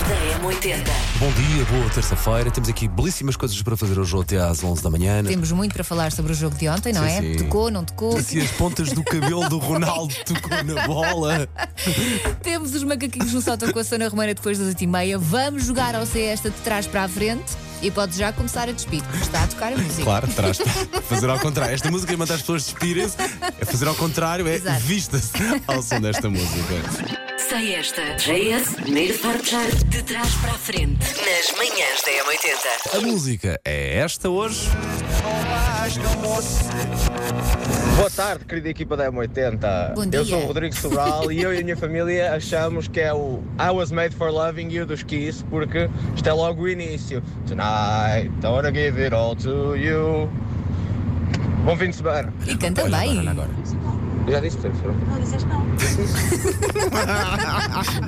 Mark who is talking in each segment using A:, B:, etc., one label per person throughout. A: M80.
B: Bom dia, boa terça-feira. Temos aqui belíssimas coisas para fazer hoje até às 11 da manhã. né?
C: Temos muito para falar sobre o jogo de ontem, não
B: Sim,
C: é?
B: sim.
C: Tocou, não tocou?
B: Se as pontas do cabelo do Ronaldo tocou na bola.
C: Temos os macaquinhos no sótão com a Sona Romana depois das 8h30. Vamos jogar ao esta de trás para a frente e podes já começar a despir. Está a tocar a música.
B: Claro, traz fazer ao contrário. Esta música é mandar as pessoas despirem-se. É fazer ao contrário, é
C: Exato.
B: vista-se ao som desta música.
A: Sei esta. JS, primeiro forjar de trás para a frente. Nas manhãs da M80.
B: A música é esta hoje.
D: Boa tarde, querida equipa da M80.
C: Bom
D: Eu
C: dia.
D: sou o Rodrigo Sobral e eu e a minha família achamos que é o I Was Made for Loving You dos Kiss, porque isto é logo o início. Tonight, I wanna give it all to you. Bom fim de semana.
C: E canta
B: Olha,
C: bem.
B: agora, olha agora.
D: Eu já disse, Pedro.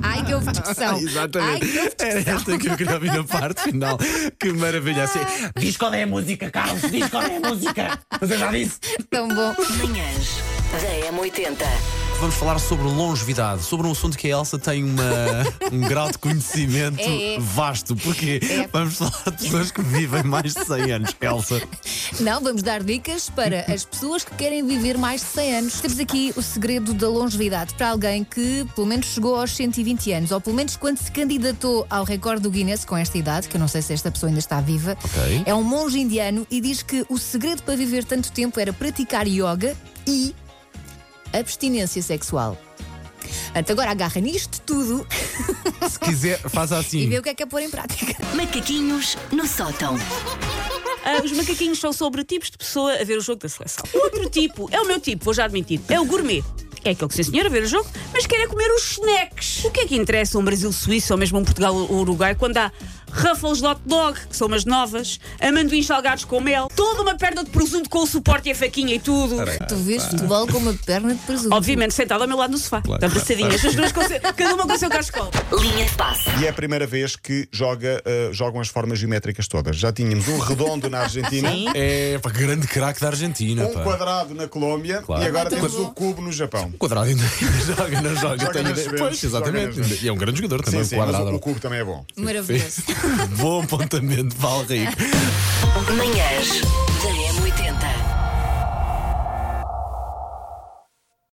C: Ai, que houve discussão. Ai,
B: Exatamente.
C: que houve
B: Era
C: discussão.
B: esta que eu queria ouvir na parte final. Que maravilha. Assim,
C: Ah.
E: Diz qual é a música, Carlos, diz qual é a música. Mas eu já disse.
C: Tão bom.
A: Manhãs da M80.
B: vamos falar sobre longevidade, sobre um assunto que a Elsa tem uma, um grau de conhecimento
C: É, é.
B: vasto, porque
C: É.
B: vamos falar de pessoas que vivem mais de 100 anos, Elsa.
C: Não, vamos dar dicas para as pessoas que querem viver mais de 100 anos. Temos aqui o segredo da longevidade para alguém que pelo menos chegou aos 120 anos, ou pelo menos quando se candidatou ao recorde do Guinness com esta idade, que eu não sei se esta pessoa ainda está viva.
B: Ok.
C: É um monge indiano e diz que o segredo para viver tanto tempo era praticar yoga e abstinência sexual. Portanto, agora agarra nisto tudo
B: Se quiser, faz
C: e vê
B: assim.
C: o que é que é pôr em prática.
A: Macaquinhos no sótão.
F: Ah, os macaquinhos são sobre tipos de pessoa a ver o jogo da seleção. Outro tipo, é o meu tipo, vou já admitir, é o gourmet. É aquele que, sim senhor, a ver o jogo, mas quer é comer os snacks. O que é que interessa um Brasil-Suíça ou mesmo um Portugal-Uruguai quando há ruffles de hot dog, que são umas novas, amendoins salgados com mel, toda uma perna de presunto com o suporte e a faquinha e tudo.
C: Tu vês futebol com uma perna de presunto.
F: Obviamente, sentado ao meu lado no sofá. Claro, Abraçadinhas, as duas com o seu- cada uma com o seu cascol.
A: Linha de passe.
G: E é a primeira vez que joga, eh, jogam as formas geométricas todas. Já tínhamos um redondo na Argentina,
B: É, pá, grande craque da Argentina.
G: um
B: pá.
G: quadrado na Colômbia
B: Claro.
G: e agora
B: Muito
G: temos
C: bom.
G: o cubo no Japão.
B: Quadrado ainda ainda joga, não joga.
G: Joga
B: tenho
G: nas
B: ideia.
G: vezes,
B: Pois,
G: joga nas vezes.
B: exatamente. E é um grande jogador também,
G: Sim,
B: o
G: sim, mas
B: quadrado.
G: o, o cubo também é bom.
C: Maravilhoso.
B: Bom apontamento, Paulo Rico.
A: Manhãs